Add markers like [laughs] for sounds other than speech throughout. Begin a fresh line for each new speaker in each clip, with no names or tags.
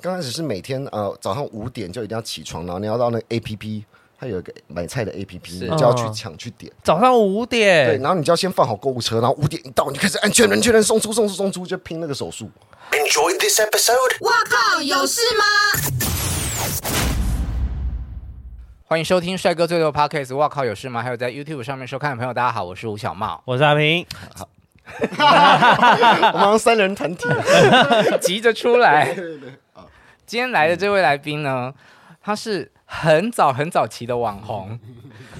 刚开始是每天呃早上五点就一定要起床，然后你要到那个 A P P，它有一个买菜的 A P P，
是哦
你就要去
嗯
抢去点。
早上五
对，
点，
然后你就要先放好购物车，然后五点一到，你就开始哎按确认、确认、送出、送出、送出，就拼那个手
[laughs]
速。
Enjoyed this episode?
哇靠，有事吗？
欢迎收听帅哥最多 Podcast。哇靠，有事吗？还有在 YouTube 上面收看的朋友，大家好，我是吴小
[laughs]
茂。
我是阿平，
我们好像三人团体，
急着出来。
啊
今天来的这位来宾呢，他是很早很早期的网
[laughs]
红，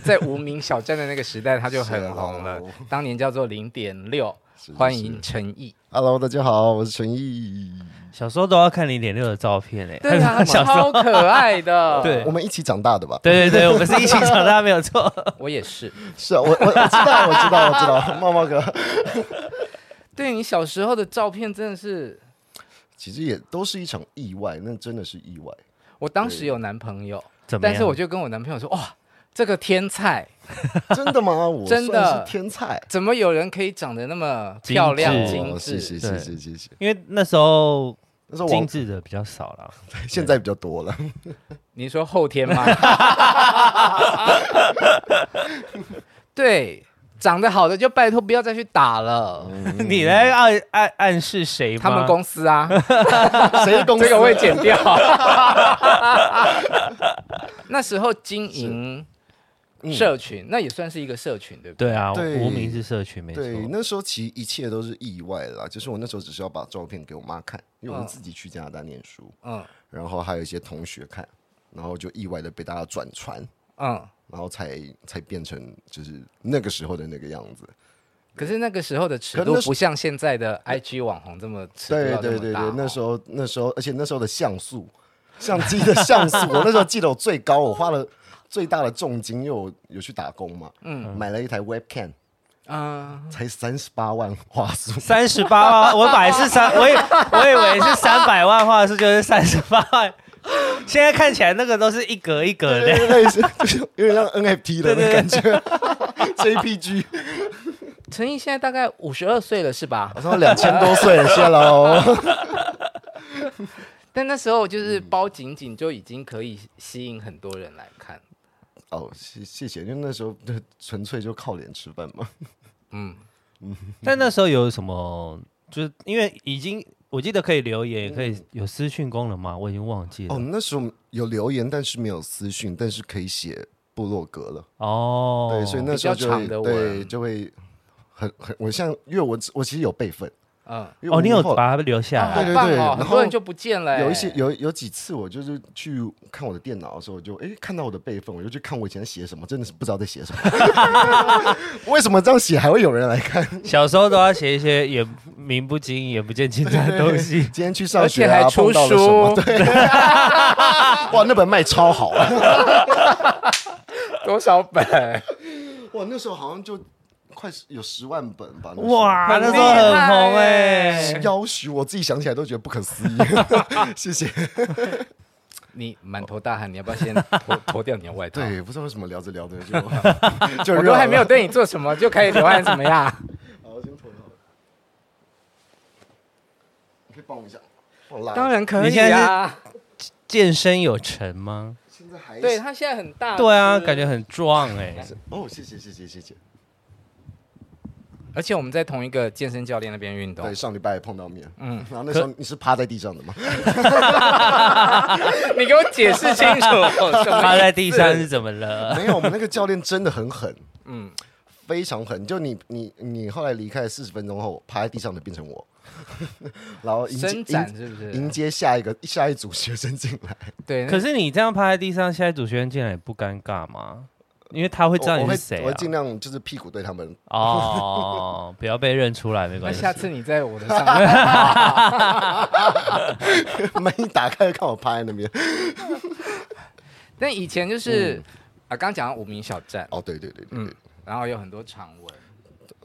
在无名小镇的那个时代他就很红了
啊
是哦，
当年叫做零点六。 [laughs] 欢迎陈
[laughs]
毅。
Hello，大家好，我是陈毅。
小时候都要看零点六的照片诶、
对啊，
[laughs] 小时候
超可爱的。
[laughs] 对
我们一起长大的吧？
对对对，我们是一起长大，没有错。 [laughs]
我也是。
是啊，我我我知道，我知道，我知
[laughs]
道，茂茂哥
对你小时候的照片真的是，
其实也都是一场意外，那真的是意外。
我当时有男朋友，
怎么样？
但是我就跟我男朋友说，哇，这个天菜。
真的
[laughs]
吗？我
真的
算是天才，
怎么有人可以长得那么漂亮
精
精
哦
致？
是是
对
是是是是，
因为那时候
那时候
精
网
致的比较少了，
现在比较多了。
你说后
[laughs]
天吗？对，长得好的就拜托不要再去打了。
嗯
[laughs] 你来暗暗暗示谁吗？
他们公司啊，
谁公司
这个会剪
[laughs]
掉。那时候经营社群，那也算是一个社群，对不对？
对啊，
嗯对
无名是社群没错。
对，那时候其实一切都是意外啦。就是我那时候只是要把照片给我妈看，因为我们
嗯
自己去加拿大念书，
嗯
然后还有一些同学看，然后就意外的被大家转传，
嗯。
然后才才变成就是那个时候的那个样子。
可是那个时候的尺
可
度
那时
不像现在的 IG 网红这么尺度
对
要这
对
么
对
大
对
哦，
那时候那时候，而且那时候的像素，相机的像素，我那时候记得我最高，我花了最大的重金，因为我有去打工嘛，嗯，买了一台 Webcam，
嗯，
才三十八万画素。
三十八 [laughs] 万，我本来是三，我以我以为是三百万画素，就是三十八 [laughs] 万。现在看起来那个都是一格一格 [laughs] 的，
对类似就是有点像 NFT 的那感觉 [laughs] ，JPG，
陈毅现在大概五十二岁了，是吧？
我说两千哦多岁了，谢喽。
但那时候就是包紧紧就已经可以吸引很多人来看，
[laughs] 哦，谢谢谢，因为那时候就纯粹就靠脸吃饭嘛。
嗯，
但那时候有什么？就是因为已经我记得可以留言，也可以有私讯功能嘛，我已经忘记
哦，
了。
那时候有留言，但是没有私讯，但是可以写部落格了。
哦，
对，所以那时候就会
比较长的
对
文
就会很很，我像因为我我其实有备份，
嗯，
因为
哦，你有
我后
把它留下
好
[laughs]
来
对对
棒
对
哦，
然
很
后
多人就不见了欸、
有一些有有几次我就是去看我的电脑的时候，我就哎看到我的备份，我就去看我以前写什么，真的是不知道在写什么。为什么 [laughs] 这样写还会有人来看？
小时候都要写一些也名不经也不见经传的东
[laughs]
西。
今天去上学
而且
啊，
还出
碰到了什
书
么？对， [laughs] 哇，那本卖超好啊！
多少本？
哇，那时候好像就快十有十万本吧。那时候
哇，
很
那时候
厉
很
害
红哎、
欸
要许我自己想起来都觉得不可思议。 [laughs] 谢谢。
[laughs] 你满头大汗，你要不要先脱脱掉你的外套？
对，不知道为什么聊着聊着就 [laughs] 就
我
热
都还没有
了
对你做什么，就开始流汗什
[laughs]
么呀？
好，我先脱掉。你可以帮我一下，帮我拉一下。
当然可
你
以
现在是
啊。
健身有成吗？
现在还
对他现在很大，
对啊，感觉。很壮
[laughs]
哎、
哦，谢谢谢谢谢谢。
而且我们在同一个健身教练那边运动
对，，上礼拜碰到面，
嗯
嗯，然后那时候你是趴在地上的吗？
你给我解释清楚， [laughs] 什么
趴在地上是怎么了？
[laughs] 没有，我们那个教练真的很狠，
嗯
嗯，非常狠。就你你你后来离开四十分钟后，趴在地上的变成我， [laughs] 然后迎接
伸展
迎
是不
迎
是？
接下一个下一组学生进来。
对，
可是你这样趴在地上，现在主持人进来也不尴尬吗？因为他会知道
我我
你
会
是谁、
我会、
啊
尽量就是屁股对他们。
哦，不要被认出来，没
[laughs]
那
关系。
下次你在我的上 [laughs] 面，
门一打开，看我趴在那边。
但以前就是啊，刚讲到无名小站，
哦，对对对对
嗯
对，
然后有很多长文，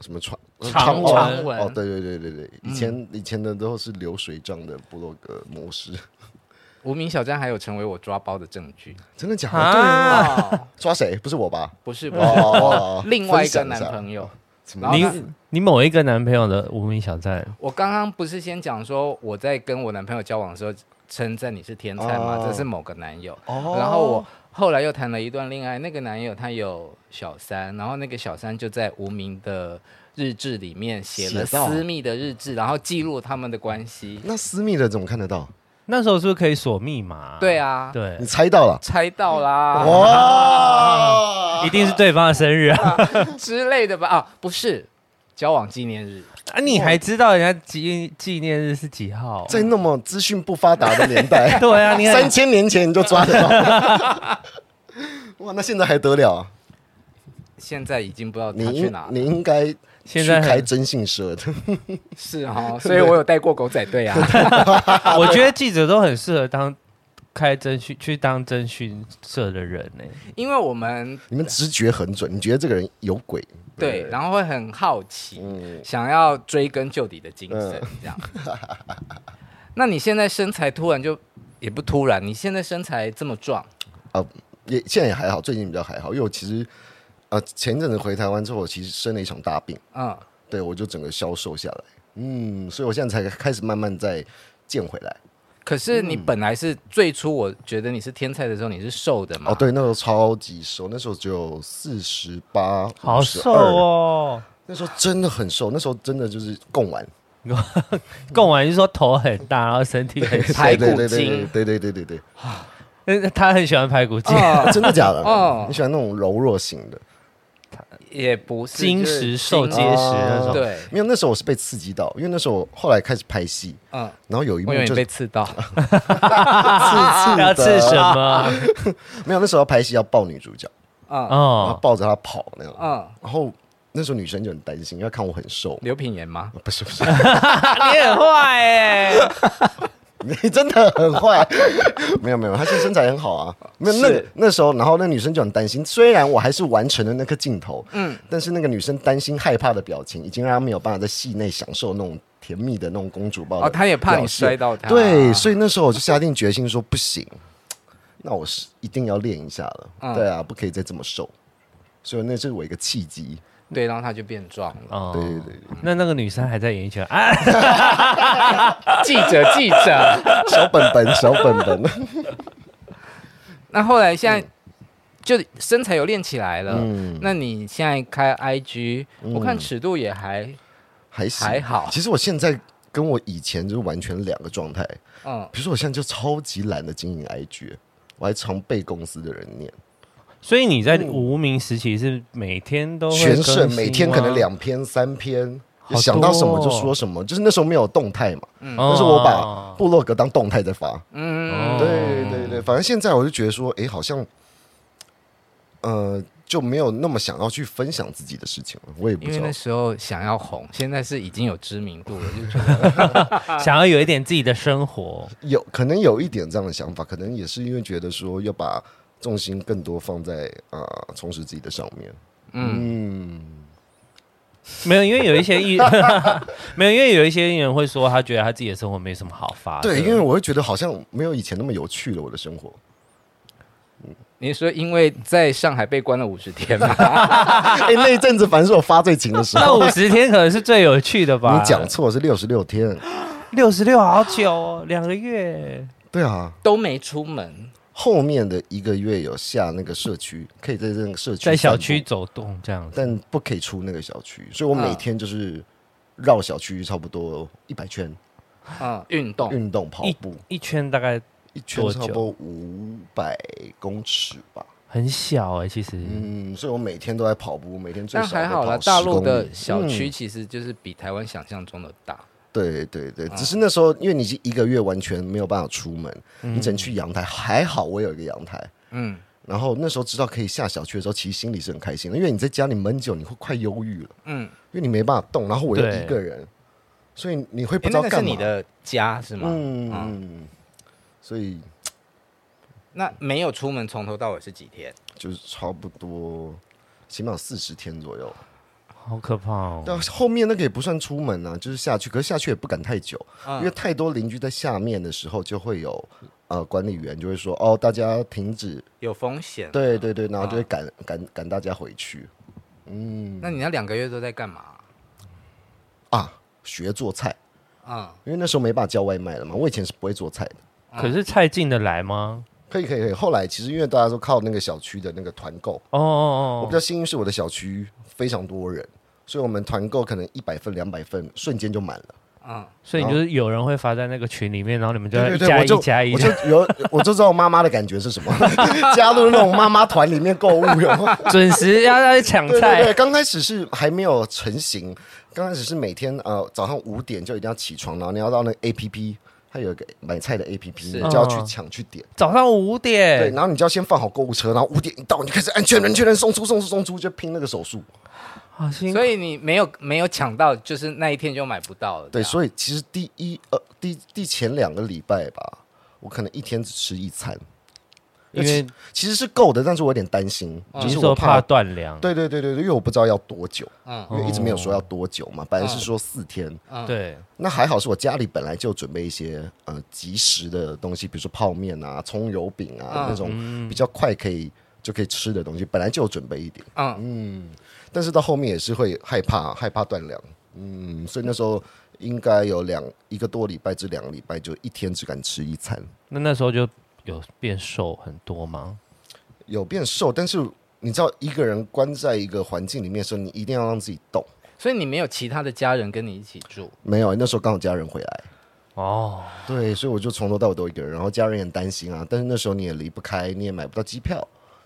什么呃长
长
文
长文嗯
哦，对对对对对，以前以前的都是流水账的部落格模式， [laughs]
无名小站还有成为我抓包的证据。
真的假的？对啊
啊，
哦，
抓谁？不是我吧？
[laughs] 不是不是，
哦，
嗯 [laughs] 另外一个男
友
朋友。
怎
然后
么？
你
他
你某一个男朋友的无名小站
我刚刚不是先讲说我在跟我男朋友交往的时候，称赞你是天才嘛，
哦
这是某个男友。
哦
然后我后来又谈了一段恋爱，那个男友他有小三，然后那个小三就在无名的日志里面写了
写到嗯
私密的日志，然后记录他们的关系。
那私密的怎么看得到？
那时候是不是可以锁密码？
对啊
对
你，猜到了？啊
猜到啦，
哇！
一定是对方的生日啊！
[laughs] 之类的吧？啊，不是，交往纪念日。
啊，你还知道人家纪纪念日是几号？
在那么资讯不发达的年
[laughs]
代，
对啊，你很
三千年前你就抓得到。 [laughs] 哇，那现在还得了啊？
现在已经不知道
你
他去
应
哪了
你应该
现
去
在很
开征信社的，
是
[laughs]
哦，所以我有带过狗仔队啊。
我觉得记者都很适合当开征讯去当征讯社的人欸呢、
[laughs] 因为我们
你们直觉很准，你觉得这个人有鬼？
对，然后会很好奇，
嗯，
想要追根究底的精神
嗯，
这
[laughs]
样。那你现在身材突然就也不突然，你现在身材这么壮，
也现在也还好，最近比较还好，因为我其实呃前一阵子回台湾之后，我其实生了一场大病，
嗯，
对我就整个消瘦下来，嗯，所以我现在才开始慢慢在健回来。
可是你本来是最初我觉得你是天才的时候，你是瘦的嘛？
哦，。对，那时候超级瘦，那时候只有四十八，
好瘦，哦！
那时候真的很瘦，那时候真的就是贡丸，
贡丸就说头很大，然后身体很小，
排骨
对对对
精
对对对对对对，
但是他很喜欢排骨
[laughs]
精，
哦，
真的假的？
[laughs] 哦
你喜欢那种柔弱型的？
也不是
精
就是
实瘦
精
结实那
哦
种。
对，
没有，那时候我是被刺激到，因为那时候我后来开始拍戏，
嗯，
然后有一幕
我以为
就是
你被刺
[laughs]
到，
刺刺
要吃
的
什么？
没有，那时候要拍戏要抱女主角，
嗯
然后
哦，
抱着她跑那样，
嗯，
然后那时候女生就很担心，因为看我很瘦，
刘品言吗？
不是不是，
[laughs] 你很坏哎！
[laughs] 你真的很坏， [laughs] 没有没有，她现在身材很好啊，没有那
[laughs] 是
那时候，然后那女生就很担心，虽然我还是完成了那颗镜头，
嗯
嗯，但是那个女生担心害怕的表情，已经让她没有办法在戏内享受那种甜蜜的那种公主抱的
[laughs] 哦，他也怕你
表现
摔啊到他，
啊
对，所以那时候我就下定决心说，不行，那我是一定要练一下了。
嗯
对啊，不可以再这么瘦。所以那是我一个契机。
对，然后他就变壮了。
哦，
[laughs] 对对对，
那那个女生还在演艺圈啊？
记者，记者，
小本本，小本本。
那后来现在就身材有练起来了，
嗯
那你现在开 IG，、我看尺度也还，
还行
还好嗯
其实我现在跟我以前就是完全两个状态。
嗯，
比如说，我现在就超级懒得经营 IG，我还常被公司的人念。
所以你在无名时期是每天都会
嗯全
更
省
新
每天可能
吗，
两篇三篇
好多，哦
想到什么就说什么，就是那时候没有动态嘛，但
但
是我
嗯
把部落格当动态在发。
嗯，
对对对，反正现在我就觉得说，诶，好像，呃，就没有那么想要去分享自己的事情了。我也不
因
知
为
道
那，时候想要红，现在是已经有知名度了，就
[laughs]
觉
想要有一点自己的生活，
有可能有一点这样的想法，可能也是因为觉得说要把重心更多放在啊、呃充实自己的上面。嗯，
没有，因为有一些艺，
[laughs]
没有，因为有一些艺人会说，他觉得他自己的生活没什么好发的。
对，因为我会觉得好像没有以前那么有趣了，我的生活。 [laughs]
你说因为在上海被关了五十天嘛，
诶，哎那一阵子反正是我发最勤的时
那 [laughs]
候。
五十天可能是最有趣的吧？
你讲错是六十六天，
六十六好久哦，两个月。
对啊，
[laughs] 都没出门，
后面的一个月有下那个社区，可以在这个社区
在小
散步
区走动这样子，
但不可以出那个小区，所以我每天就是绕小区差不多一百圈，
嗯，运动，
运动跑步
哦一圈大概
一圈
多久
差不多五百公尺吧。
很小哎、其实、
嗯，所以我每天都在跑步，每天最
但
少
还
在
好啦，
跑
大
10
陆
公
的
里
小区
嗯
其实就是比台湾想象中的大，
对对对，只是那时候因为你是一个月完全没有办法出门，你只能去阳台。还好我有一个阳台。
嗯，
然后那时候知道可以下小区的时候，其实心里是很开心的，因为你在家里闷久，你会快忧郁了，
嗯，
因为你没办法动，然后我又
对
一个人，所以你会不
诶
知道
那个
干嘛。
是你的家是吗？
嗯嗯，所以
那没有出门从头到尾是几天？
就是差不多，起码四十天左右。
好可怕哦。
但后面那个也不算出门啊，就是下去，可是下去也不敢太久，因为太多邻居在下面的时候，就会有呃管理员就会说哦，大家停止，
有风险，
对啊对对，然后就会赶赶赶大家回去
那你那两个月都在干嘛？
啊，学做菜，
嗯，
啊因为那时候没办法叫外卖了嘛，我以前是不会做菜的，
可是菜进得来吗？
可以可以可以。后来其实因为大家都靠那个小区的那个团购，
哦
我
哦
比
哦，
较幸运是我的小区非常多人，所以我们团购可能一百份、两百份，瞬间就满了。
嗯，
所以你就是有人会发在那个群里面，然后你们就要
对
一
对对，
加
我
一
就
加一
我。就有 [laughs] 我就知道妈妈的感觉是什么， [laughs] 加入那种妈妈团里面购物
[laughs]
有吗？
准时要要去抢
对对
菜
对，，刚开始是还没有成型，刚开始是每天呃早上五点就一定要起床，然后你要到那个 A P P，它有一个买菜的 A P P，
是
你就要去
嗯
抢去点。
早上五
对，
点，
然后你就要先放好购物车，然后五点一到你就开始按确认、确认、送出、送出、送出，就拼那个手速。
好辛苦
所以你没有没有抢到，就是那一天就买不到了。
啊
对，
以
所以其实第一呃第第前两个礼拜吧，我可能一天只吃一餐，
因为
其实是够的，但是我有点担心，就
哦你
是
是
我
说
怕
怕断粮，
对对对对，对因为我不知道要多久，
嗯
因为一直没有说要多久嘛，本来是说四天。
对，
那还好是我家里本来就准备一些呃即食的东西，比如说泡面啊、葱油饼啊、
嗯
那种比较快可以就可以吃的东西，本来就有准备一点。
嗯，
但是到后面也是会害怕害怕断粮，嗯，所以那时候应该有两一个多礼拜至两个礼拜，就一天只敢吃一餐，
那那时候就有变瘦很多吗？
有变瘦，但是你知道一个人关在一个环境里面的时候，你一定要让自己动。
所以你没有其他的家人跟你一起住，
没有，那时候刚好家人回来，
哦，
对，所以我就从头到尾都一个人，然后家人也很担心啊。但是那时候你也离不开，你也买不到机票，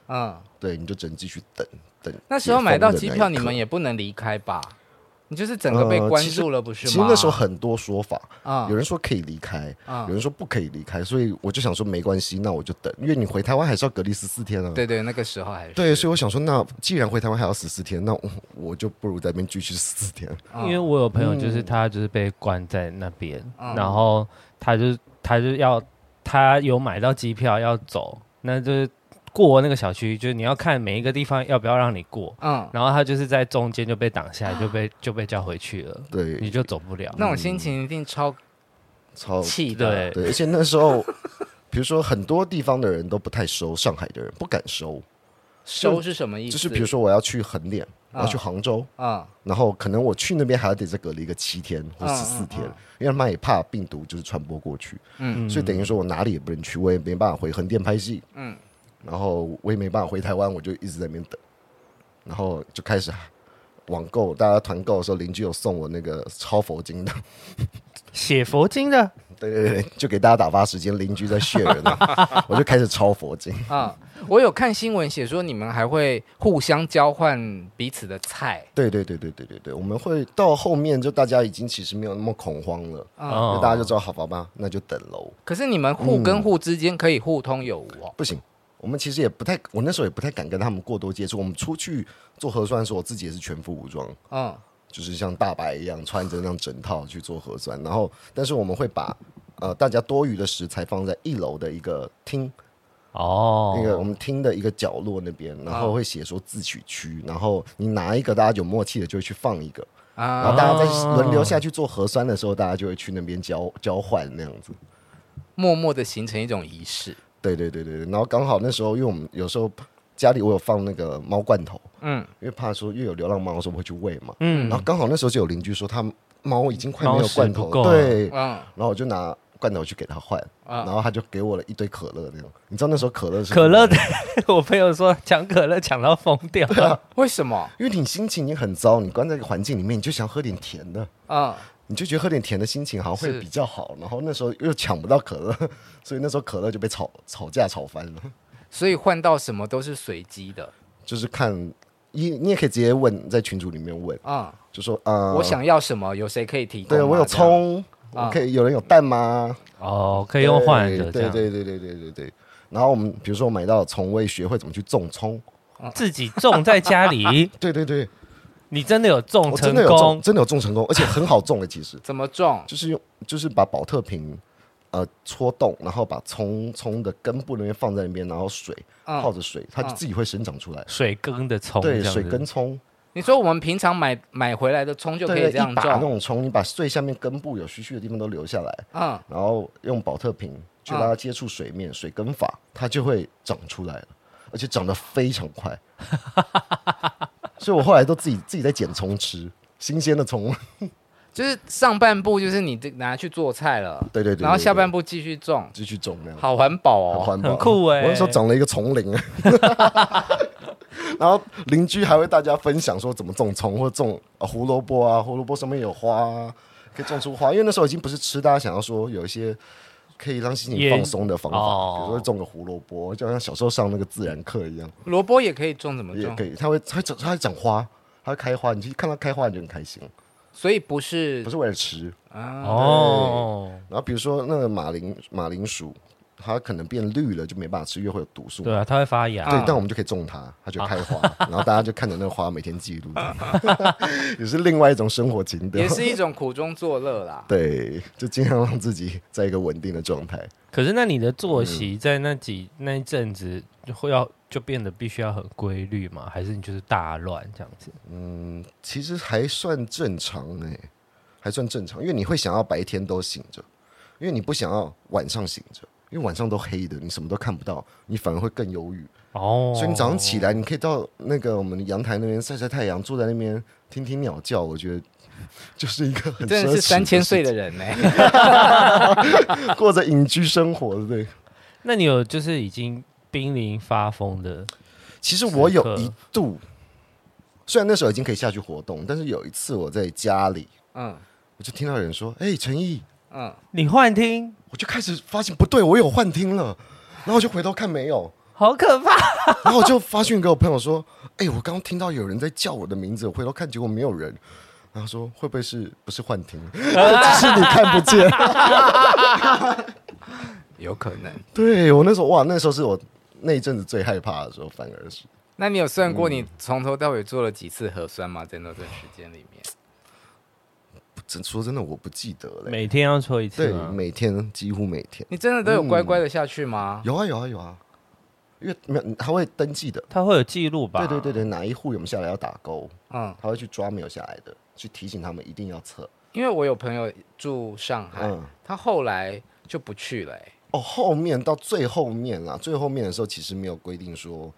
嗯，
对，你就只能继续等等。
那时候买到机票，
解封的那一
你
刻
们也不能离开吧？你就是整个被
呃
关
其实
住了，不是
其
吗？
实那时候很多说法，
啊
有人说可以离开，
啊
有，人说不可以离开，所以我就想说没关系，那我就等，因为你回台湾还是要隔离十四天啊。
对对，那个时候还是
对，所以我想说，那既然回台湾还要十四天，那我我就不如在那边继续十四
[laughs]
天。
嗯
因为我有朋友就是
啊嗯啊
他就是被关在那边，
嗯
然后他就他就要他有买到机票要走，那就是过那个小区，就是你要看每一个地方要不要让你过，
啊
嗯，
然后他就是在中间就被挡下来，就被就被叫回去了，你
对，
就走不了。
那种心情一定超
超
气的。
对，
对，而且那时候，比如说很多地方的人都不太收，上海的人不敢收，
收是什么意思？
就是比如说我要去横店，我
啊
要去杭州，
嗯，
然后可能我去那边还要得再隔离个七天或
嗯
十四天
嗯嗯，
因为他们也怕病毒就是传播过去，
嗯
所以等于说我哪里也不能去，我也没办法回横店拍戏，
嗯
然后我也没办法回台湾，我就一直在那边等，然后就开始网购，大家团购的时候，邻居有送我那个超佛经的，
写佛经的，
对对对，就给大家打发时间，邻居在炫人啊，我就开始抄佛经，
嗯，我有看新闻写说你们还会互相交换彼此的菜，
对对对对对对对，我们会到后面就大家已经其实没有那么恐慌了，
哦
那啊大家就知道好吧吧，那就等喽。
可是你们互跟
嗯
互之间可以互通有无哦。
不行，我们其实也不太，我那时候也不太敢跟他们过多接触。我们出去做核酸的时候，我自己也是全副武装，
嗯
就是像大白一样穿着那样整套去做核酸。然后，但是我们会把呃大家多余的食材放在一楼的一个厅，
哦，
那个我们厅的一个角落那边，然后会写说自取区，然后你拿一个，大家有默契的就会去放一个。然后
啊，
大家在
哦
轮流下去做核酸的时候，大家就会去那边交交换那样子。
默默的形成一种仪式。
对对对对对。然后刚好那时候，因为我们有时候家里我有放那个猫罐头，
嗯，
因为怕说因为有流浪猫的时候会去喂嘛。
嗯
然后刚好那时候就有邻居说他猫已经快没有罐
猫食不
头，
够啊啊
对。
嗯
然后我就拿罐头去给他换，然后他就给我了一堆可乐那种。你知道那时候可乐是
可乐的， [laughs] 我朋友说抢可乐抢到疯掉，
[laughs]
为什么？
因为你心情已经很糟，你关在一个环境里面，你就想喝点甜的，
啊
嗯，
你就觉得喝点甜的心情好像
是
会比较好。然后那时候又抢不到可乐， [laughs] 所以那时候可乐就被吵吵架吵翻了。
所以换到什么都是随机的。
就是看你，你也可以直接问在群组里面问，
嗯，
就说啊，呃
我想要什么，有谁可以提供吗？
对我有
这样，
葱，
啊
我可以有人有蛋吗？
哦，可以用换
对
的，这
对
样
对对对对对对。然后我们比如说我买到了葱，我也学会怎么去种葱。
自己种在
[laughs]
家里，
对对对，
你真的有种
我
成
真的有种，
功，
真的有种成功，而且很好种欸的，其实
怎么种？
就是用就是把保特瓶呃戳洞，然后把葱葱的根部那边放在那边，然后水
嗯
泡着水，它就自己会生长出来。
水耕的葱，
对，
这样
水
子
根葱，
你说我们平常买买回来的葱就可以
对，
这
一
样
把那
种？
种葱，你把最下面根部有须须的地方都留下来，
嗯，
然后用保特瓶去让它接触水面，水根法它就会长出来了，而且长得非常快。 [laughs] 所以我后来都自己自己在捡葱吃，新鲜的葱。
就是上半部就是你这拿去做菜了，
[laughs] 对对对对
然后下
对
半部继续种，
继续种那样，
好环保
很
哦，
环保，
很酷欸
我那时候长了一个丛
[laughs]
林，然后邻居还会大家分享说怎么种葱或种呃胡萝卜啊，胡萝卜上面有花、啊，可以种出花。因为那时候已经不是吃，大家想要说有一些可以让心情
也
放松的方法，
哦
比如说种个胡萝卜，就像小时候上那个自然课一样，
萝卜也可以种，怎么
也
种
可？以。它会它会长它会长花，它会开花，你去看它开花你就很开心，
所以不是
嗯
不是为了吃。
啊，
哦，
然后比如说那个马铃马铃薯，它可能变绿了就没办法吃，因为会有毒素嘛。
对啊，它会发芽
啊
对，但我们就可以种它，它就开
[laughs]
花，然后大家就看着那个花每天记录 [laughs] 它，也是另外一种生活情调。
也。是一种苦中作乐啦
对，就尽量让自己在一个稳定的状态。
可是那你的作息在那几那一阵子会要就变得必须要很规律吗？还是你就是大乱这样子？
嗯，其实还算正常呢、还算正常，因为你会想要白天都醒着，因为你不想要晚上醒着，因为晚上都黑的，你什么都看不到，你反而会更忧郁。
哦，
所以你早上起来，你可以到那个我们阳台那边晒晒太阳，坐在那边听听鸟叫，我觉得就是一个 [laughs] 很
真
奢
的
侈
是三千
事
岁
情
的人呢、 [laughs]
[laughs] 过着隐居生活，对不对？
那你有就是已经濒临发疯的
其实我有
此刻
一度，虽然那时候已经可以下去活动，但是有一次我在家里，
嗯
我就听到有人说：“哎、陈毅。
嗯，
你幻听，”
我就开始发现不对，我有幻听了，然后我就回头看没有，
好可 [laughs] 怕！
然后我就发讯给我朋友说：“哎、我刚刚听到有人在叫我的名字，我回头看结果没有人。”然后说会不会是不是幻听？只是你看不见。
有可能。
对我那时候哇，那时候是我那一阵子最害怕的时候，反而是
那你有算
嗯
过你从头到尾做了几次核酸吗？在那段时间里面，
不真说真的我不记得了。
[laughs] 每天要啊搓一次
对，
吗？
每天几乎每天。
你真的都有乖乖的下去吗？
有啊有啊有啊，因为没有他会登记的，
它会有记录吧？
对对对对，哪一户有没有下来要打勾，
嗯，
他会去抓没有下来的，去提醒他们一定要测。
因为我有朋友住上海，
嗯
他后来就不去了、欸，
哦，后面到最后面啦，最后面的时候其实没有规定说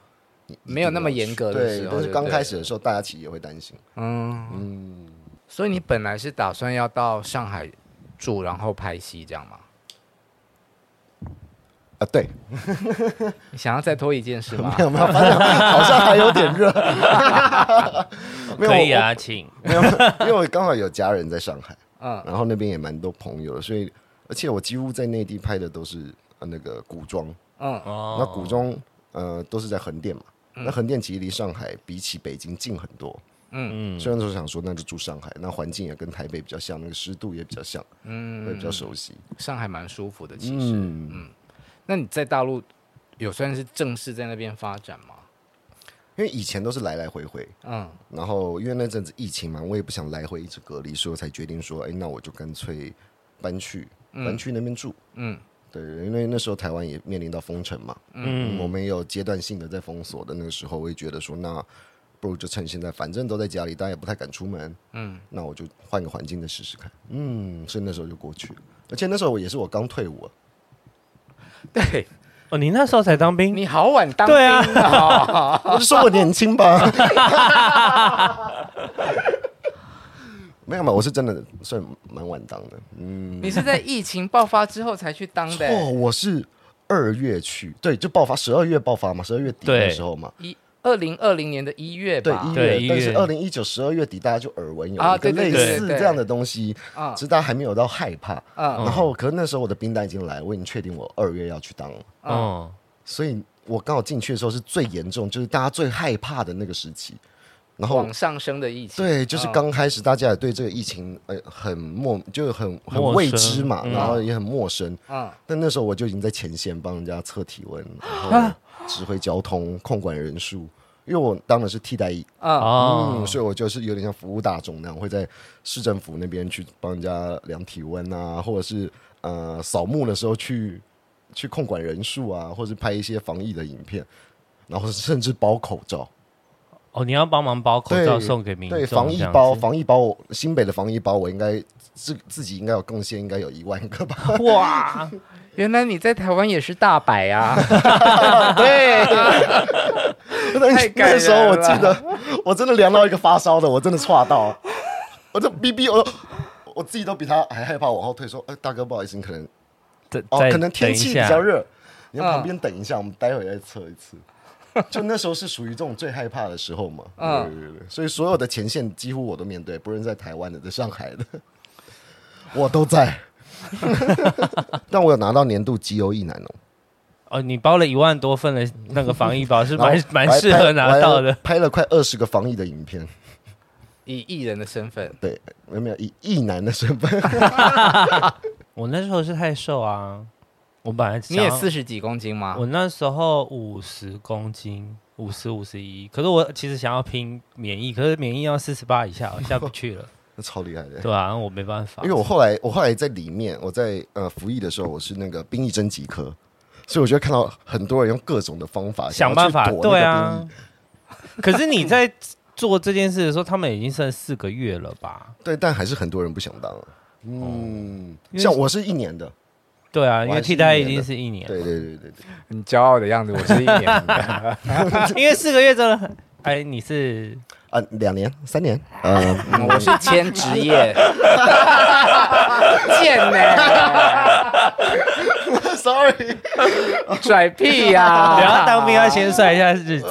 你一定
没有那么
要去
严格的时
对，
候
但是
就
刚
对
开始的时候大家其实也会担心，
嗯，
嗯，
所以你本来是打算要到上海住，然后拍戏这样吗？
啊
[laughs]
对，
你想要再拖一件事吗
[laughs] 没？有没有，发现好像还有点
[laughs]
热， [laughs] 没有
可以啊，请
没有，因为我刚好有家人在上海，
嗯
然后那边也蛮多朋友的，所以而且我几乎在内地拍的都是呃那个古装。
嗯
哦
那古装呃都是在横店嘛，那横店其实离上海比起北京近很多。嗯，虽然说想说那就住上海，那环境也跟台北比较像，那个湿度也比较像，会比
嗯，
较熟悉。
上海蛮舒服的，其实。
嗯，
那你在大陆有算是正式在那边发展吗？
因为以前都是来来回回，
嗯
然后因为那阵子疫情嘛，我也不想来回一直隔离，所以我才决定说，哎，那我就干脆搬去搬去那边住。
嗯，
对，因为那时候台湾也面临到封城嘛，嗯，我们也有阶段性的在封锁的那个时候，我也觉得说，那不如就趁现在，反正都在家里，大家也不太敢出门，嗯，那我就换个环境再试试看，嗯，所以那时候就过去了，而且那时候我也是我刚退伍啊，
对，
哦，你那时候才当兵，
你好晚当
对啊
兵啊、
我就说我年轻吧， [laughs] 没有嘛，我是真的算蛮晚当的，嗯，
你是在疫情爆发之后才去当的、
哦，我是二月去，对，就爆发十二月爆发嘛，十二月底
对
的时候嘛，
一二零二零年的一月
对
吧，
一
对
月，
一
但是
月
二零一九十二月底，大家就耳闻有
啊
一个
对对
类
对
似
对
这样的东西，
啊
只是大家还没有到害怕。
嗯
然后，可是那时候我的兵单已经来，我已经确定我二月要去当了，
嗯，
所以我刚好进去的时候是最严重，就是大家最害怕的那个时期。然后
往，上升的疫情，
对，
啊
就是刚开始大家也对这个疫情呃很陌，就很很
陌
未
生
知嘛，
嗯啊
然后也很陌生。
嗯
但那时候我就已经在前线帮人家测体温，然后指挥交通、控管人数，因为我当的是替代役。
嗯
哦
嗯，，所以我就是有点像服务大众那样，会在市政府那边去帮人家量体温啊，或者是呃扫墓的时候去去控管人数啊，或是拍一些防疫的影片，然后甚至包口罩，
哦，你要帮忙包口罩
对
送给民众，
对，防疫
这样
包，
子
防疫包，新北的防疫包，我应该自自己应该有贡献，应该有一万个
[laughs]
吧。
哇，
原来你在台湾也是大白啊，对，
那
太感
那时候
人
我
了
记得，我真的量到一个发烧的，我真的岔到，我这逼逼我。我自己都比他还害怕往后退，说：“呃，大哥，不好意思，你可能
等
哦
再，
可能天气
等一
比
下
较热，你在
嗯
旁边等一下，我们待会再测一
[laughs]
次。就那时候是属于这种最害怕的时候嘛，
嗯
对对对对，所以所有的前线几乎我都面对，不论在台湾的，在上海的，我都
[laughs]
在。但我有拿到年度绩优一男哦，
哦，你包了一万多份的那个防疫包，
[laughs]
是
然后
蛮
我还
蛮
拍
适合拿到
我还
的。
拍了快二十个防疫的影片，
[laughs] 以艺人的身份，
对，有没有以一男的身份？
[laughs] 我那时候是太瘦啊，我本来
你也
想要
四十几公斤
啊
吗？
我那时候五十公斤，五十五十一，可是我其实想要拼免疫，可是免疫要四十八以下，我下不去
[laughs]
了，
那超厉害的，
对吧、啊？我没办法，
因为我后来我后来在里面，我在呃服役的时候，我是那个兵役征集科，所以我就看到很多人用各种的方法
想
要
办
去
法，
躲那
对
个
啊
兵役。
可是你在做这件事的时候，他们已经剩四个月了吧？
对，但还是很多人不想当。嗯，
因为
像我是一年的，
对啊，
我
因
还
为
是
替
一
代
年
已经
的
是一年，
对对对对对，
你骄傲的样子，我是一年的。
[laughs] 因为四个月真的很。哎，你是
啊，两年三
[laughs]
年，呃，
嗯我是兼职业，贱呢、
，sorry，
拽屁呀、
[laughs] 你要当兵要先算一下
[laughs]
日子，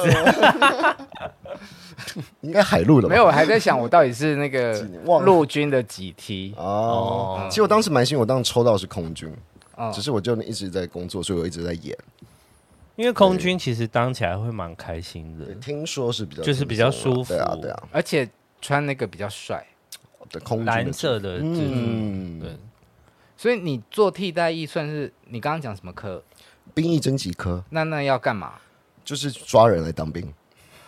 应该海陆了吧？
没有，我还在想我到底是那个
忘了
陆军的几梯，
哦。其实我当时蛮幸运，我当时抽到是空军，
哦
嗯
只是我就一直在工作，所以我一直在演。
因为空军其实当起来会蛮开心的
对，听说是比较
嗯就是
轻
比较
松啊
舒服
对啊对啊，
而且穿那个比较帅。
对空军的
蓝色的制服，
嗯，
对，
所以你做替代役算是你刚刚讲什么科？
兵役征集科
那那要干嘛？
就是抓人来当兵。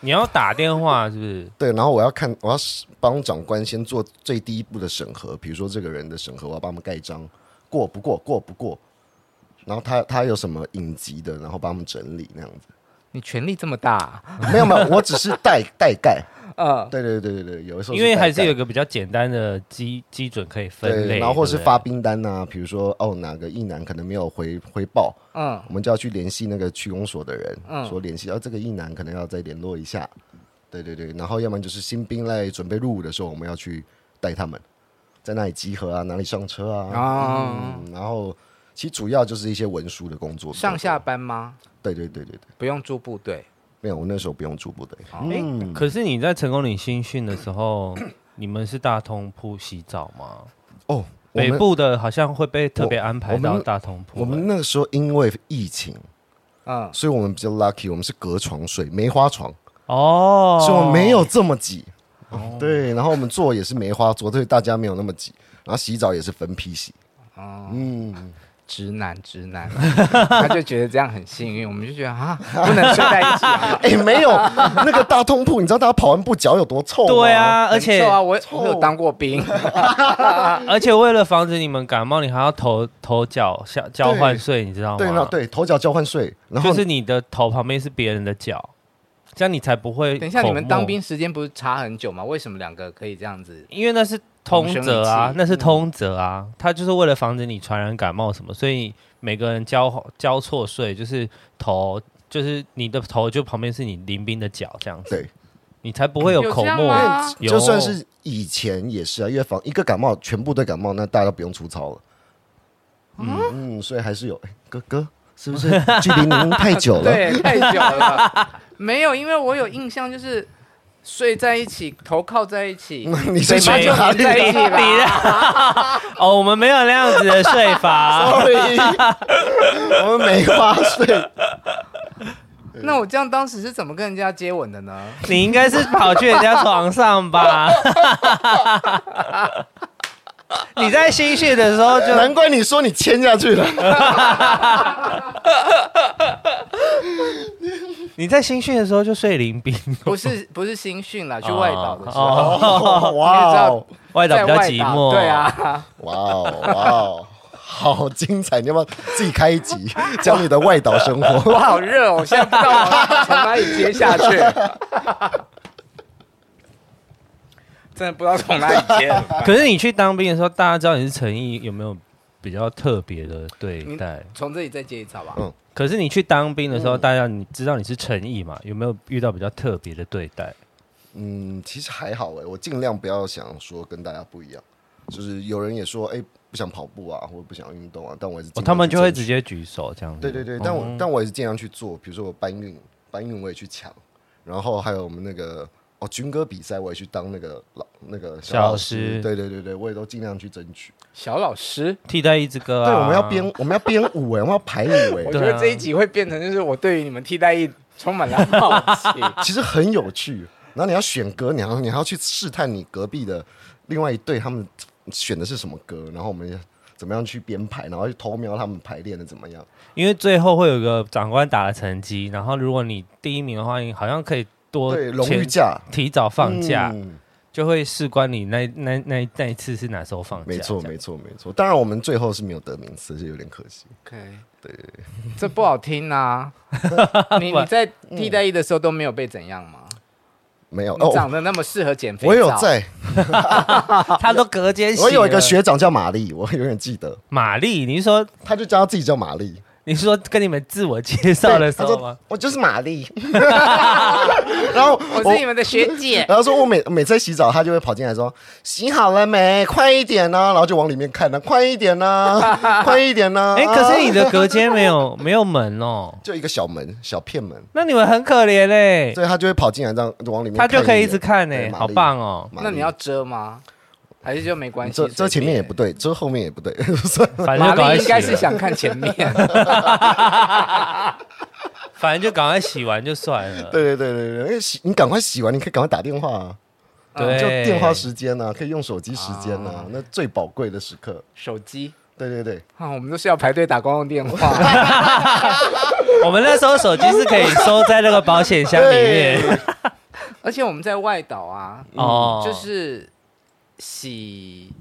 你要打电话是不是？
对，然后我要看，我要帮长官先做最低一步的审核，比如说这个人的审核，我要帮他们盖章，过不过，过不过，然后他他有什么隐疾的，然后帮他们整理那样子。
你权力这么大啊、
没有没有，我只是代代盖。
呃，
对对对对对，有的时候
因为
代
还是
盖
有一个比较简单的基基准可以分
对，
类，
然后或
对
是
不对
发兵单啊，比如说哦哪个一男可能没有回回报，
嗯，
我们就要去联系那个区公所的人，
嗯
说联系，哦，这个一男可能要再联络一下，对对对，然后要不然就是新兵来准备入伍的时候，我们要去带他们，在那里集合啊，哪里上车啊，
哦，
嗯，然后其实主要就是一些文书的工作，
上下，班吗？
对对对对对，
不用住部队，
没有，我那时候不用驻部队，
诶可是你在成功岭新训的时候，你们是大通铺洗澡吗？
哦，我
北
们
部的好像会被特别
我
安排
我
到
们
大通铺、
我们那个时候因为疫情，
嗯，
所以我们比较 lucky，我们是隔床睡，梅花床，
哦，
所以我们没有这么挤。对，然后我们坐也是梅花座，所以大家没有那么挤。然后洗澡也是分批洗。嗯，
直男直
[laughs]
男，他就觉得这样很幸运，我们就觉得啊，不能睡在一起、啊。
哎、没有 [laughs] 那个大通铺，你知道大家跑完步脚有多臭吗？
对， [laughs] 啊，而且、
很臭啊，我我有当过
[laughs]
兵，
而且为了防止你们感冒，你还要头头脚交交换睡，你知道吗？
对，那对头脚交换睡，然后
就是你的头旁边是别人的脚，这样你才不会。
等一下，你们当兵，时间不是差很久吗？为什么两个可以这样子？
因为那是通则
同生一嗯
啊
气，
那是通则啊，他就是为了防止你传染感冒什么，所以每个人交交错睡，就是头，就是你的头就旁边是你临兵的脚这样子，
对，
你才不会有
嗯有
口
这样
沫。
吗
有
就算是以前也是啊，因为防一个感冒，全部都感冒，那大家都不用出操了。嗯嗯，所以还是有、哎哥哥，是不
[laughs]
是距离您太久了？
对，太
[laughs]
久了，没有，因为我有印象，就是睡在一起，头靠在一起，
[laughs] 你是
嘴巴
谁
就
哪
粘
里
在一起
你的 [laughs]
啦。
哦，我们没有那样子的睡
[laughs]
法，
[laughs] 我们梅花
[laughs]
睡。啊
那我这样当时是怎么跟人家接吻的
[laughs]
呢？
你应该是跑去人家床上吧？ [laughs] 你在心血的
[laughs]
时候就
难怪你说你签下去了。
你在新训的时候就睡临兵， [laughs]
不是，不是新训啦，去外岛的时候，
哦哇哦，
外岛
在
比较
外
寂寞。
对，
[laughs]
啊，
哇哦，哇哦，好精彩！你要不要自己开一
[laughs]
集，讲你的外岛生活？
我好热哦，我现在不知道我从哪里接下
[laughs]
去，真的不知道从哪里接。
可是你去当兵的时候，大家知道你是诚意，有没有比较特别的对待？
从这里再接一次好吧？
嗯
可是你去当兵的时候，大家你知道你是诚意嘛？有没有遇到比较特别的对待？
欸嗯，其实还好哎，我尽量不要想说跟大家不一样，就是有人也说，哎、不想跑步啊，或者不想运动啊，但我也是、
哦，他们就会哦直。接举手这样子。
对对对，但我、但我也是尽量去做，比如说我搬运，搬运我也去抢，然后还有我们那个哦军歌比赛，我也去当那个老那个
小
老
老
师
师，
对对对对，我也都尽量去争取。
小老师，
替代一支歌啊。
对，我们要编我们要编舞哎，我们要排舞
[laughs]
哎
我，觉
对啊
得这一集会变成就是我对于你们替代役充满了好奇。
[laughs] 其实很有趣。然后你要选歌，你要你还要去试探你隔壁的另外一队他们选的是什么歌，然后我们怎么样去编排，然后去偷瞄他们排练的怎么样。
因为最后会有一个长官打了成绩，然后如果你第一名的话，你好像可以多
对，荣誉
前
价
提早放假，
嗯
就会事关你那那那那一次是哪时候放假。
没错，
这样
没错，没错。当然，我们最后是没有得名次，是有点可惜。
OK，对，这不好听
[laughs]
啊！你你在替代役的时候都没有被怎样吗？
没有
你长
嗯哦，
得那么适合减肥，
我有，在，
他都隔间洗了。
我有一个学长叫玛丽，我永远记得，
玛丽，你是说
他就叫他自己叫玛丽。
你是说跟你们自我介绍的时
对
候
他
吗
说？我就是玛丽， [laughs] 然后
我是你们的学姐。
然后说我每每次洗澡，他就会跑进来说洗好了没，快一点呢、然后就往里面看呢、快一点呢、快一点呢、
哎、可是你的隔间没有没有门哦，
就一个小门，小片门，
那你们很可怜嘞、
所以他就会跑进来，这样往里面看眼，
他就可以一直看呢、
对玛
好
丽
棒哦。
玛丽
[laughs] 那你要遮吗？还是就没关系？
遮遮前面也不对，遮后面也不对，所以
反正
玛
就赶快
丽
洗
应该是
了，
想看前
[laughs]
面，
反正就赶快洗完就算了。
对对对对对，因为洗你赶快洗完，你可以赶快打电话啊，
对，
就电话时间啊，可以用手机时间啊，那最宝贵的时刻。
手机
对对对，
啊，我们都是要排队打公用电
[laughs]
话。
我们那时候手机是可以收在那个保险箱里面
而且我们在外岛啊，
哦，
就是洗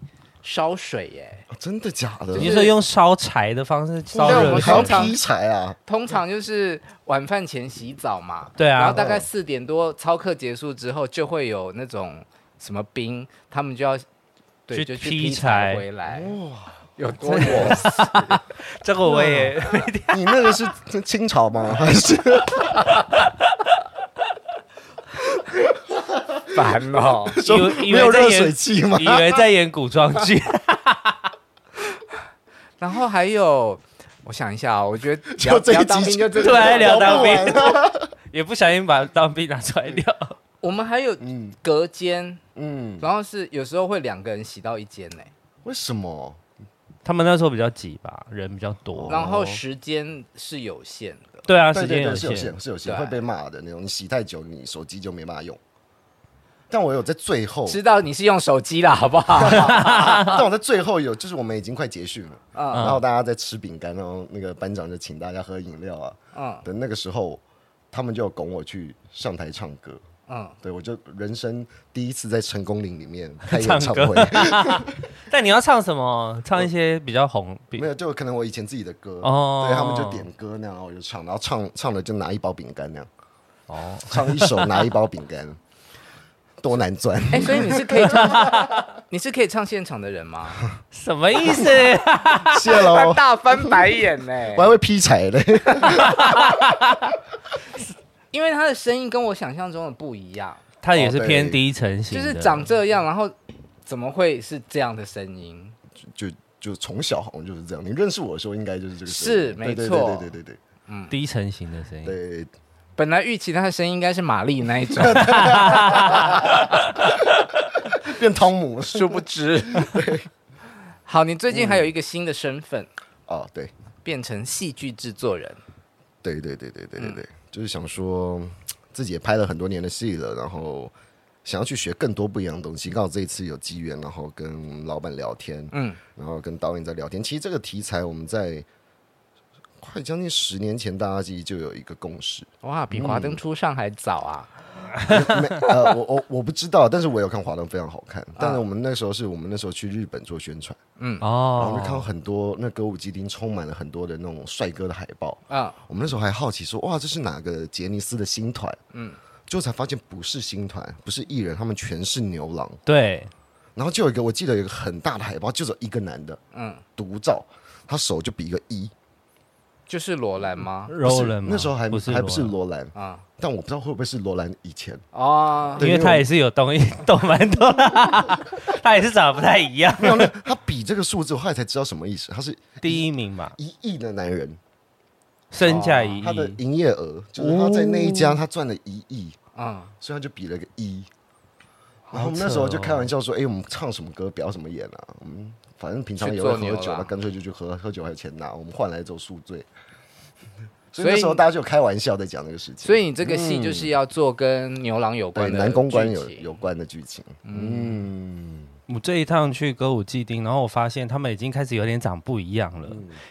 烧水耶。
哦真的假的？
你是说用烧柴的方式烧
对我
热
们
还要
水
通，常
劈柴啊？
通常就是晚饭前洗澡嘛，
对啊
然后大概四点多操课结束之后，就会有那种什么兵，他们就要对
去
就去
劈
劈
柴
回来，
哇，
有多远？
这个我也
你那个是清清朝吗？还是？
烦哦。
以为以
没有
为在
热水
演
器吗？
以为在演古装剧， [laughs]
然后还有，我想一下啊，我觉得
[laughs] 就这一
聊
集
当兵就这
突然聊当兵
聊不完，
也不小心把当兵拿出来聊。
我们还有
嗯
隔间，
嗯，
然后是有时候会两个人洗到一间呢、
为什么？
他们那时候比较挤吧，人比较多。
然后时间是有限的。
对啊，
对
时
对
间
对，
有
是有
限。
限，是有限，
对
会被骂的那种。你洗太久，你手机就没办法用。但我有在最后，
知道你是用手机啦，好不好？
[laughs] 但我在最后有，就是我们已经快结束了，
啊
嗯
然后大家在吃饼干，然后那个班长就请大家喝饮料啊。
嗯
等那个时候，他们就有拱我去上台唱歌。
嗯，
对我就人生第一次在成功岭里面开演
唱
唱
歌
会，
但你要唱什么？唱一些比较红，比
没有，就可能我以前自己的歌，
哦
对他们就点歌那样，然后我就唱，然后唱唱了就拿一包饼干那样，
哦，
唱一首拿一包饼
[laughs]
干，多难赚。
哎、所以你是可以唱，你是可以唱现场的人吗？
什么意
[laughs]
思？
谢喽，
大翻白眼呢、
哦 [laughs] 我还会劈柴嘞。
[laughs] 因为他的声音跟我想象中的不一样，
他也是
哦对
偏低沉型
就
的，
是长这样，然后怎么会是这样的声音？
就就从小好像就是这样，你认识我的时候应该就是这个声音，
是没
对
错
对对对对
嗯低沉型的声音。
对对，
本来预期他的声音应该是玛丽那
[laughs]
一种，
对变汤姆
哎殊
[laughs]
不知。好，你最近还有
嗯
一个新的身份，
啊，对
变成戏剧制作人。
对对对对对对对，
嗯
就是想说自己也拍了很多年的戏了，然后想要去学更多不一样的东西。刚好这一次有机缘，然后跟老板聊天，
嗯，
然后跟导演在聊天。其实这个题材我们在快将近十年前，大家其实就有一个共 [laughs] 识。
哇，
嗯
比华灯初上还早啊！
没呃，我我我不知道，但是我有看《华灯》，非常好看。但是我们那时候是我们那时候去日本做宣传，然后我们就看到
哦，
很多那歌舞伎町充满了很多的那种帅哥的海报。
嗯，
我们那时候还好奇说，哇，这是哪个杰尼斯的新团？嗯，就才发现不是新团，不是艺人，他们全是牛郎。
对，
然后就有一个，我记得有一个很大的海报，就只有一个男的，嗯，独照，他手就比一个一。
就是罗兰吗？
柔人嘛
那时候还
不是
还不是
柔人
罗兰
啊
啊，但我不知道会不会是罗兰以前。
[laughs] 哦，
对
因
因
为
为
他 [laughs]
我 [laughs]
也是有动一动蛮多的，他也是长得不太一样。
没有，没有他比这个数字，我后来才知道什么意思。他是
第一名嘛，
一亿的男人，
身价一
哦他的
亿，
营业额就是他在那一
哦
家他赚了一亿，
嗯，
所以他就比了个一。
哦
然后我们那时候就开玩笑说：“哎，我们唱什么歌，表什么演啊？嗯，反正平常也会
去做牛
喝酒
啦
了，干脆就去喝，喝酒还有钱拿，我们换来这种宿
[laughs]
醉。”
所
所以
以
那时候大家就有开玩笑在讲这个事情。
所以你这个戏就是要做跟牛郎有
嗯对
关的
男公关
剧
有
情
有关的剧情，嗯，
我这一趟去歌舞伎町，然后我发现他们已经开始有点长不一样了。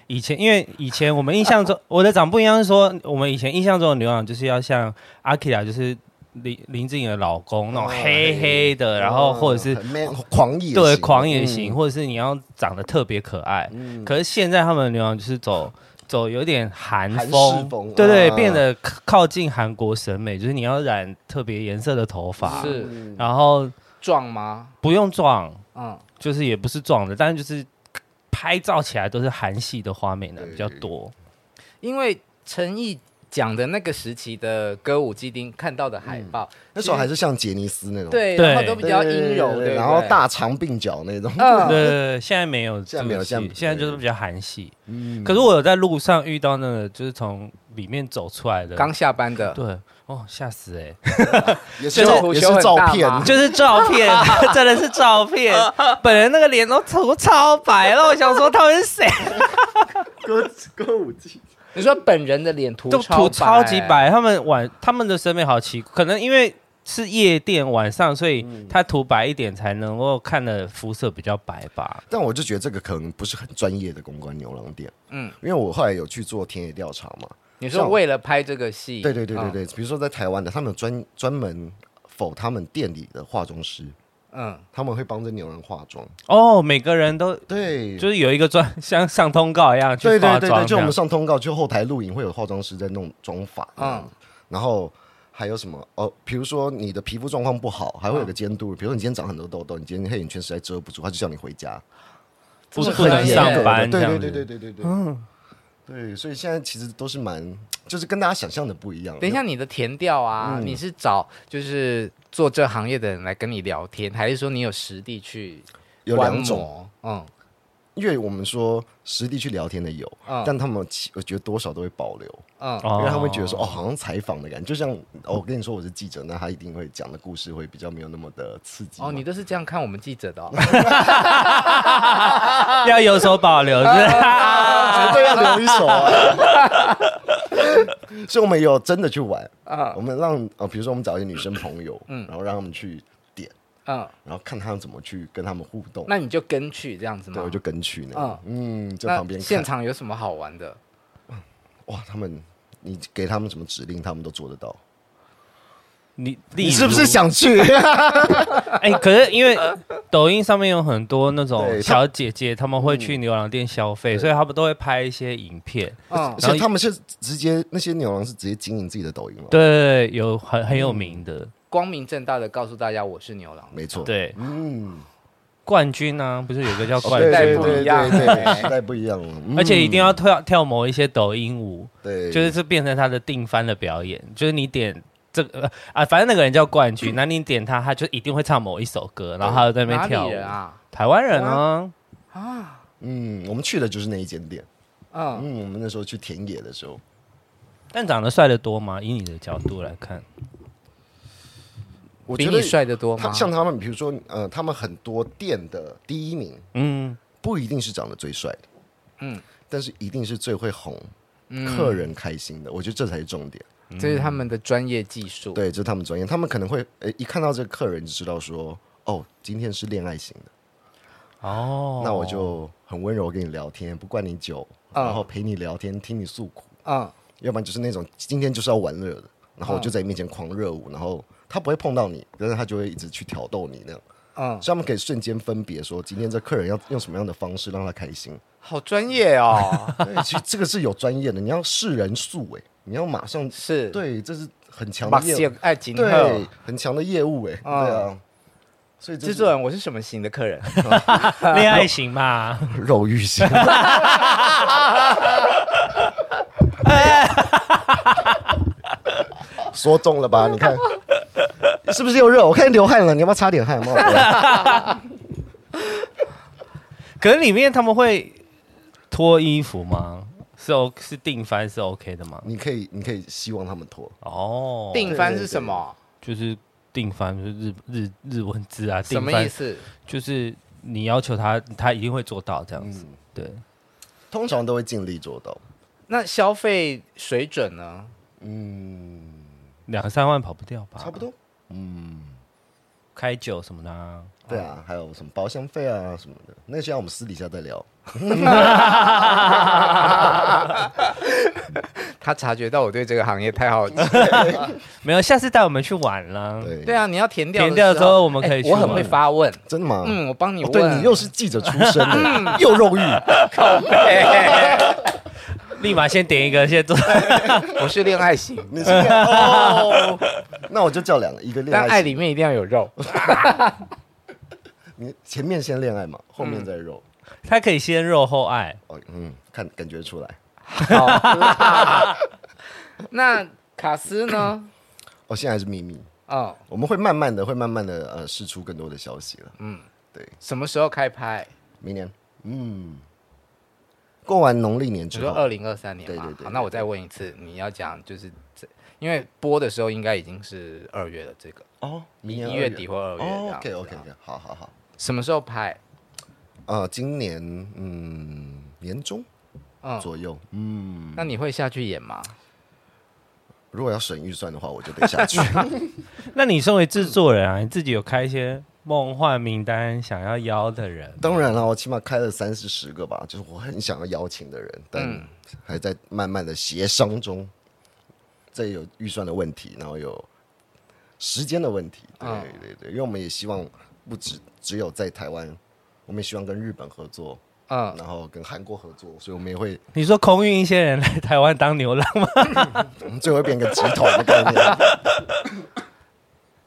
以前因为以前我们印象中我的长不一样是说，我们以前印象中的牛郎就是要像阿 k i r a 就是林林志颖的老公那种黑黑的，然后或者是
哦很 man 狂野型嗯
对狂野型，
哦
或者是你要长得特别可爱。可是现在他们的牛郎就是走走有点韩
韩式
风，
风
对对，
啊
变得靠靠近韩国审美，就是你要染特别颜色的头发，
是
然后
壮吗？
不用妆，
嗯，
就是也不是壮的，但是就是拍照起来都是韩系的花美男比较多。
因为陈毅讲的那个时期的歌舞伎町看到的海报，
那时候还
是
是像杰尼斯那种，
对，
对
然后都比较阴柔，对不对
然后大长鬓角那种，
嗯
对对对，现在没有这
现在
种戏，
没有现在
现在就是比较韩系。
嗯
可是我有在路上遇到那个，就是从里面走出来的，
刚下班的，
对哦，吓死哎、欸！
[laughs]
[laughs]
也是
就
也
是
是照片，
就是照 [laughs] 片，真的是照片。本人那个脸都涂超白了，我想说他们是谁？
歌歌舞伎，
你说本人的脸涂
都
超
[laughs] 涂超级，白，他们晚他们的审美好奇，可能因为是夜店晚上，所以他涂白一点才能够看的肤色比较白吧。
[laughs] 但我就觉得这个可能不是很专业的公关牛郎店，
嗯
嗯，因为我后来有去做田野调查嘛，
你说为了拍这个戏，
对对对对
嗯，
对，比如说在台湾的，他们有专专门否他们店里的化妆师，
嗯，
他们会帮着牛郎化妆，
哦，每个人都
对，
就是有一个专 [laughs] 像上通告一样去
嗯对对
化
对
妆
对，
这
就我
样
们。上通告，就后台录影会有化妆师在弄妆法，
嗯
嗯，然后还有什么哦，比如说你的皮肤状况不好，还会有个监
嗯
督，比如说你今天长很多痘痘，你今天黑眼圈实在遮不住，他就叫你回家，
不
这
是
是
不能
很严格
上
的
班这
对
样
对
子
对对对对对，嗯，对，所以现在其实都是蛮，就是跟大家想象的不一样。
等一下，你的填调啊，
嗯
你是找就是做这行业的人来跟你聊天，还是说你有实地去
有
观
两种，
摩？嗯，
因为我们说实地去聊天的有
嗯，
但他们其我觉得多少都会保留，
嗯，
哦
因为他们觉得说哦，好像采访的感觉，就像哦我跟你说我是记者，那他一定会讲的故事会比较没有那么的刺激嘛。
哦，你都是这样看我们记者的、哦，
要有所保留，是不是
绝对要留一手啊！所以我们有真的去玩
啊
啊，我们让呃，比如说我们找一些女生朋友，嗯，然后让他们去点，
嗯，
然后看他们怎么去跟他们互动。
那你就跟去这样子吗？
对，我就跟去那个，嗯，在
那
旁边看
现场有什么好玩的？
哇，他们你给他们什么指令，他们都做得到。
你
[laughs] 你是不是想
想？
去？
哎、可是因为抖音上面有很多那种
对嗯
小姐姐，她们会去牛郎店消费，所以她们都会拍一些影片。
嗯，
所以他们是直接那些牛郎是直接经营自己的抖音了。，
对，有很很有名的，
光明正大的告诉大家我是牛郎，
没错。，
对，
嗯，
冠军呢、不是有一个叫冠
对
军
哦
吗？
对
时代不一样
对对对时代不一样了，嗯
而且一定要跳跳某一些抖音舞，
对，
就是是变成她的定番的表演，就是你点。这个呃啊，反正那个人叫冠军，
嗯
那你点他，他就一定会唱某一首歌，然后他就在那
哪
边跳
里
舞。
人啊？
台湾人啊，
嗯，我们去的就是那一间店。
嗯，
嗯，我们那时候去田野的时候，
但长得帅的多吗？以你的角度来
[laughs]
看，
我
比
觉
你
得
帅得多吗
他？像他们，比如说呃，他们很多店的第一名
嗯，
不一定是长得最帅的，嗯，但是一定是最会哄客人开心的。我觉得这才是重点。
这是他们的专业技术。，
对，这是他们专业，他们可能会呃一看到这个客人就知道说，哦，今天是恋爱型的，
哦，
那我就很温柔跟你聊天，不灌你酒，然后陪你聊天，听你诉苦，
嗯，
要不然就是那种今天就是要玩乐的，然后我就在你面前狂热舞，然后他不会碰到你，但是他就会一直去挑逗你那样。
嗯，
所以他们可以瞬间分别说，今天这客人要用什么样的方式让他开心。
好专业
[laughs]
哦，
对，其实这个是有专业的，你要视人数哎、你要马上
是
对，这是很强
马
的业
线
务，
爱情
对
后，
很强的业务哎、
嗯
对啊。所以这
制
是
作人，我是什么型的客人？
哦
恋爱型嘛，
[laughs] 肉欲
[laughs]
型，说中了
[laughs] [laughs] 啊
吧？你看是不是又热？我看你流汗了，你要不要擦点汗？蛮好玩
[laughs] 可是里面他们会脱衣服吗？是 O 是定番是 OK 的吗？
你可以，你可以希望他们脱，
哦，
定番是什么？
就是定番，就是日日日文字啊，
什
定
么
番
意思？
就是你要求他，他一定会做到这样子。
嗯
对，
通常都会尽力做到。
那消费水
[laughs]
准呢？
嗯，
两三万跑不掉
啊
吧？
差不。多。
开酒什么的、啊，
对
嗯
啊，还有什么包厢费啊什么的，那些我们私底下再聊。
他察觉到我对这个行业太
[laughs]
好奇。
啊
没有，下次带我们去玩啦。
对
对，啊，你要填掉
填掉
的
之
时候
后我们可以
哎
去
我很
玩
会发问。
真的吗？
嗯，我帮你
哦
问。嗯
对你又是记者出身的，又肉欲，
立马先点一个，先 [laughs] 做。
[laughs] 我是恋爱型，
你是 [laughs]
[laughs]
哦，那我就叫两个，一个恋
但爱
爱型，
里面一定要有肉。
你前面先恋爱嘛，
嗯
后面再肉。
他可以先肉后爱，
哦，嗯，看感觉出来。
那卡斯呢？
哦，现在还是秘密，
[coughs] 哦，
我们会慢慢的，会慢慢的呃，试出更多的消息了。
什么时候开拍？
明年，嗯，过完农历年
你
之
说
后，
二零二三年嘛？
对对对
好，那我再问一次，你要讲就是这，因为播的时候应该已经是二月了，这个
哦，明年
呃一
二
月底。或二月这
哦
样子
，OK
啊。
OK OK，好好好。
什么时候拍？
呃，今年嗯年中
嗯，
左右，嗯，
那你会下去演吗？
如果要省预算的话，我就得下去。
那你身为制作人啊，你自己有开一些梦幻名单想要邀的人？
当然了，我起码开了三四十个吧，就是我很想要邀请的人，但还在慢慢的协商中。这有预算的问题，然后有时间的问题，对
嗯
对对，因为我们也希望不只只有在台湾，我们也希望跟日本合作，
嗯，
然后跟韩国合作，所以我们也会
你说空运一些人来台湾当牛郎 [laughs] 吗？
我们最后会变个集团的概念。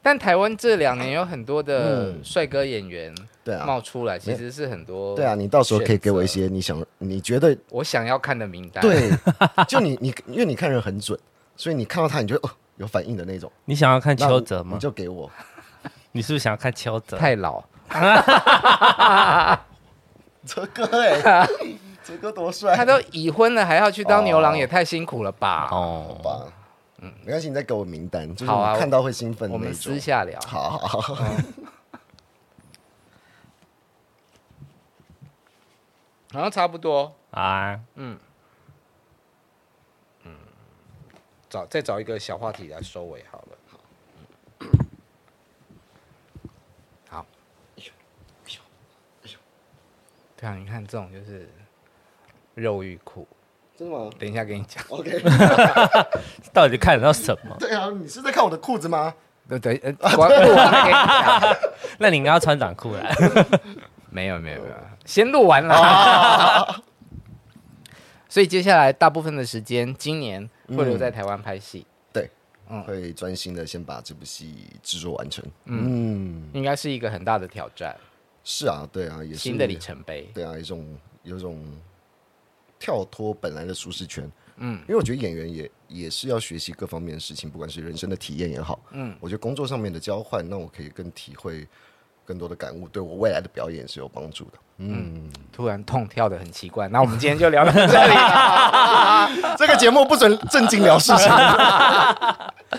但台湾这两年有很多的帅哥演员
对啊，
冒出来，其实是很多。
对啊，，你到时候可以给我一些你想你觉得
我想要看的名单。，
对，就你你因为你看人很准，所以你看到他你就会哦有反应的那种。
你想要看
那
邱泽吗
你？就给我。
你是不是想要看邱泽？
太老。
哲哥
[laughs]
哎、哲哥多帅
他都已婚了，还要去当牛郎，
哦
也太辛苦了吧？
哦，
吧？嗯，没关系，你再给我名单，就是
好啊
你看到会兴奋的
我
那
们
种
私。下聊。
好好好，
[laughs] 好像差不多，
啊，
找再找一个小话题来收尾好了。好，对啊，你看这种就是肉欲苦，
真的吗
等一下跟你讲。
？OK，
到底看得到什么？
对啊，你是在看我的裤子吗？
[laughs] 对对，呃我录完再跟你讲。
那你应该要穿短裤来。
没有没有没有，先录完了。 [laughs] 所以接下来大部分的时间，今年会留在台湾拍戏。
对，
嗯
会专心的先把这部戏制作完成。嗯，
应该是一个很大的挑战，
是啊，对啊，也是
新的里程碑。
对啊，一种有一种跳脱本来的舒适圈。
嗯
嗯，因为我觉得演员也也是要学习各方面的事情，不管是人生的体验也好，
嗯
嗯，我觉得工作上面的交换，让我可以更体会更多的感悟，对我未来的表演是有帮助的。
突然痛跳的很奇怪，那我们今天就聊到这里了。
这个节目不准正经聊事情，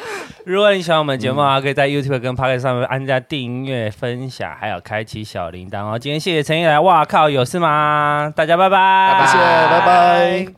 [laughs] 如果你喜欢我们节目啊，可以在 YouTube 跟 Pocket 上面按下订阅、分享，还有开启小铃铛哦。今天谢谢陈毅来，哇靠，有事吗？大家拜拜，
拜
谢谢，拜拜。